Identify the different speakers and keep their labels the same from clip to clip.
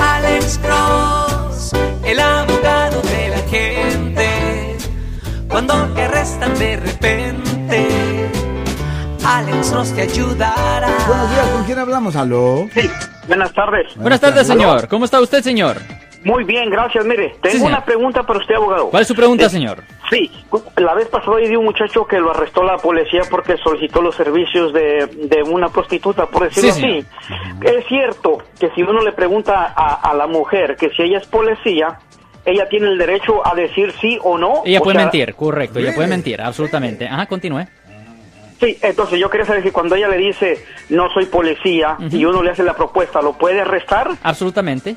Speaker 1: Alex Cross, el abogado de la gente. Cuando te arrestan de repente, Alex Cross te ayudará.
Speaker 2: Buenos días, ¿con quién hablamos? ¿Aló?
Speaker 3: Sí, buenas tardes.
Speaker 4: Buenas tardes, señor. ¿Cómo está usted, señor?
Speaker 3: Muy bien, gracias. Mire, tengo
Speaker 4: señor.
Speaker 3: una pregunta para usted, abogado.
Speaker 4: ¿Cuál es su pregunta,
Speaker 3: Eh,
Speaker 4: señor?
Speaker 3: Sí, la vez pasada oí de un muchacho que lo arrestó la policía porque solicitó los servicios de, de una prostituta, por decirlo
Speaker 4: Sí,
Speaker 3: así. Es cierto que si uno le pregunta a, a la mujer que si ella es policía, ella tiene el derecho a decir sí o no.
Speaker 4: Ella
Speaker 3: o
Speaker 4: puede
Speaker 3: sea,
Speaker 4: mentir, correcto. Ella puede
Speaker 2: Really?
Speaker 4: mentir, absolutamente. Ajá, continúe.
Speaker 3: Sí, entonces yo quería saber si cuando ella le dice no soy policía
Speaker 4: Ujú.
Speaker 3: y uno le hace la propuesta, ¿lo puede arrestar?
Speaker 4: Absolutamente.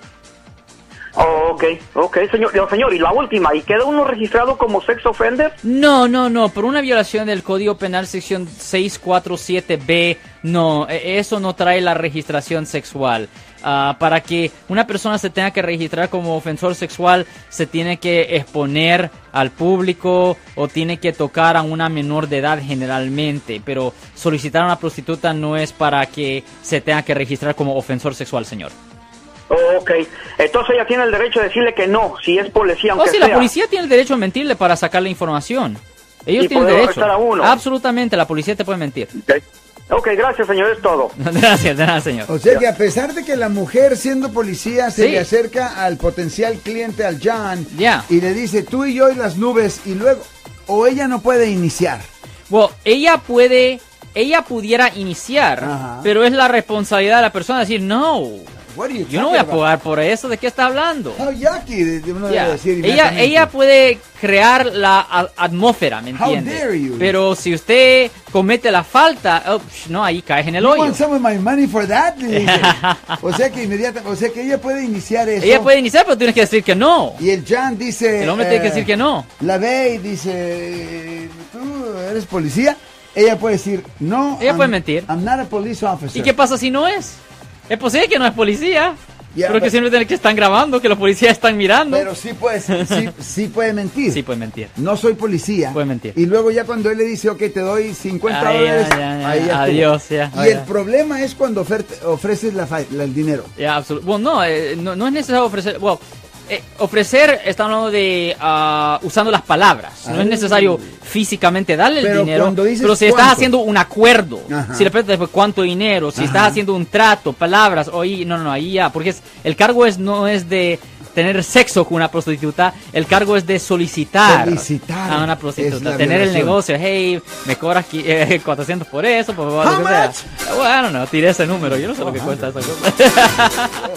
Speaker 3: Oh, ok, ok, señor. No, señor, y la última, ¿y queda uno registrado como sex offender?
Speaker 4: No, no, no. Por una violación del Código Penal, sección 647B, no. e- Eso no trae la registración sexual. Ah, para que una persona se tenga que registrar como ofensor sexual, se tiene que exponer al público o tiene que tocar a una menor de edad generalmente. Pero solicitar a una prostituta no es para que se tenga que registrar como ofensor sexual, señor.
Speaker 3: Oh, ok, entonces ella tiene el derecho de decirle que no, si es policía,
Speaker 4: No,
Speaker 3: aunque
Speaker 4: si
Speaker 3: sea.
Speaker 4: Oh, la policía tiene el derecho a mentirle para sacar la información. Ellos
Speaker 3: Y
Speaker 4: tienen
Speaker 3: poder
Speaker 4: derecho.
Speaker 3: arrestar a uno.
Speaker 4: Absolutamente, la policía te puede mentir.
Speaker 3: Ok, Ok, gracias, señor, es todo.
Speaker 4: Gracias, de nada, señor.
Speaker 2: O sea que a pesar de que la mujer siendo policía se
Speaker 4: Sí.
Speaker 2: le acerca al potencial cliente, al John,
Speaker 4: Ya.
Speaker 2: y le dice tú y yo y las nubes, y luego, o ella no puede iniciar.
Speaker 4: Bueno, ella puede, ella pudiera iniciar,
Speaker 2: Ajá.
Speaker 4: pero es la responsabilidad de la persona decir, no,
Speaker 2: What are you
Speaker 4: yo no voy a
Speaker 2: talking about?
Speaker 4: pagar por eso, ¿de qué está hablando?
Speaker 2: How yucky, de- de uno debe
Speaker 4: Ya.
Speaker 2: decir
Speaker 4: Ella,
Speaker 2: inmediatamente.
Speaker 4: ella puede crear la a- atmósfera, ¿me
Speaker 2: How dare
Speaker 4: entiende?
Speaker 2: you.
Speaker 4: Pero si usted comete la falta, oh, psh, no, ahí caes en el
Speaker 2: You
Speaker 4: hoyo.
Speaker 2: want some of my money for that? Le dice. o sea que inmediatamente, o sea que ella puede iniciar eso.
Speaker 4: Ella puede iniciar, pero tienes que decir que no.
Speaker 2: Y el Jan dice... eh,
Speaker 4: El hombre tiene que decir que no.
Speaker 2: La ve y dice, tú eres policía. Ella puede decir, no.
Speaker 4: Ella puede mentir.
Speaker 2: I'm not a police officer.
Speaker 4: ¿Y qué pasa si no es? Es posible que no es policía.
Speaker 2: Ya,
Speaker 4: pero que
Speaker 2: pero-
Speaker 4: siempre tienen que están grabando, que los policías están mirando.
Speaker 2: Pero sí puede, sí, sí puede mentir.
Speaker 4: Sí, puede mentir.
Speaker 2: No soy policía.
Speaker 4: Puede mentir.
Speaker 2: Y luego ya cuando él le dice, ok, te doy 50
Speaker 4: Ahí,
Speaker 2: dólares.
Speaker 4: ya, ya, ya.
Speaker 2: ahí estuvo.
Speaker 4: Adiós, ya.
Speaker 2: Y
Speaker 4: Ahí,
Speaker 2: el
Speaker 4: ya.
Speaker 2: problema es cuando oferte- ofreces la, fa- la- el dinero.
Speaker 4: Ya, absolu- Bueno, no, eh, no, no es necesario ofrecer. Bueno, eh, ofrecer, está hablando de ah, usando las palabras. No
Speaker 2: Ay.
Speaker 4: es necesario físicamente darle
Speaker 2: Pero
Speaker 4: el dinero.
Speaker 2: cuando dices
Speaker 4: pero si
Speaker 2: cuánto.
Speaker 4: estás haciendo un acuerdo,
Speaker 2: Ajá.
Speaker 4: si le preguntas pues, cuánto dinero, si estás haciendo un trato, palabras, oí, no, no, no, ahí ya. Porque es, el cargo es no es de tener sexo con una prostituta, el cargo es de solicitar,
Speaker 2: Solicitar.
Speaker 4: a una
Speaker 2: Es
Speaker 4: prostituta,
Speaker 2: la
Speaker 4: tener el
Speaker 2: violación.
Speaker 4: negocio, hey, me cobras qui- eh, 400 por eso, por favor,
Speaker 2: How
Speaker 4: lo que sea. Bueno, no, tiré ese número, yo no sé lo que cuesta esa cosa.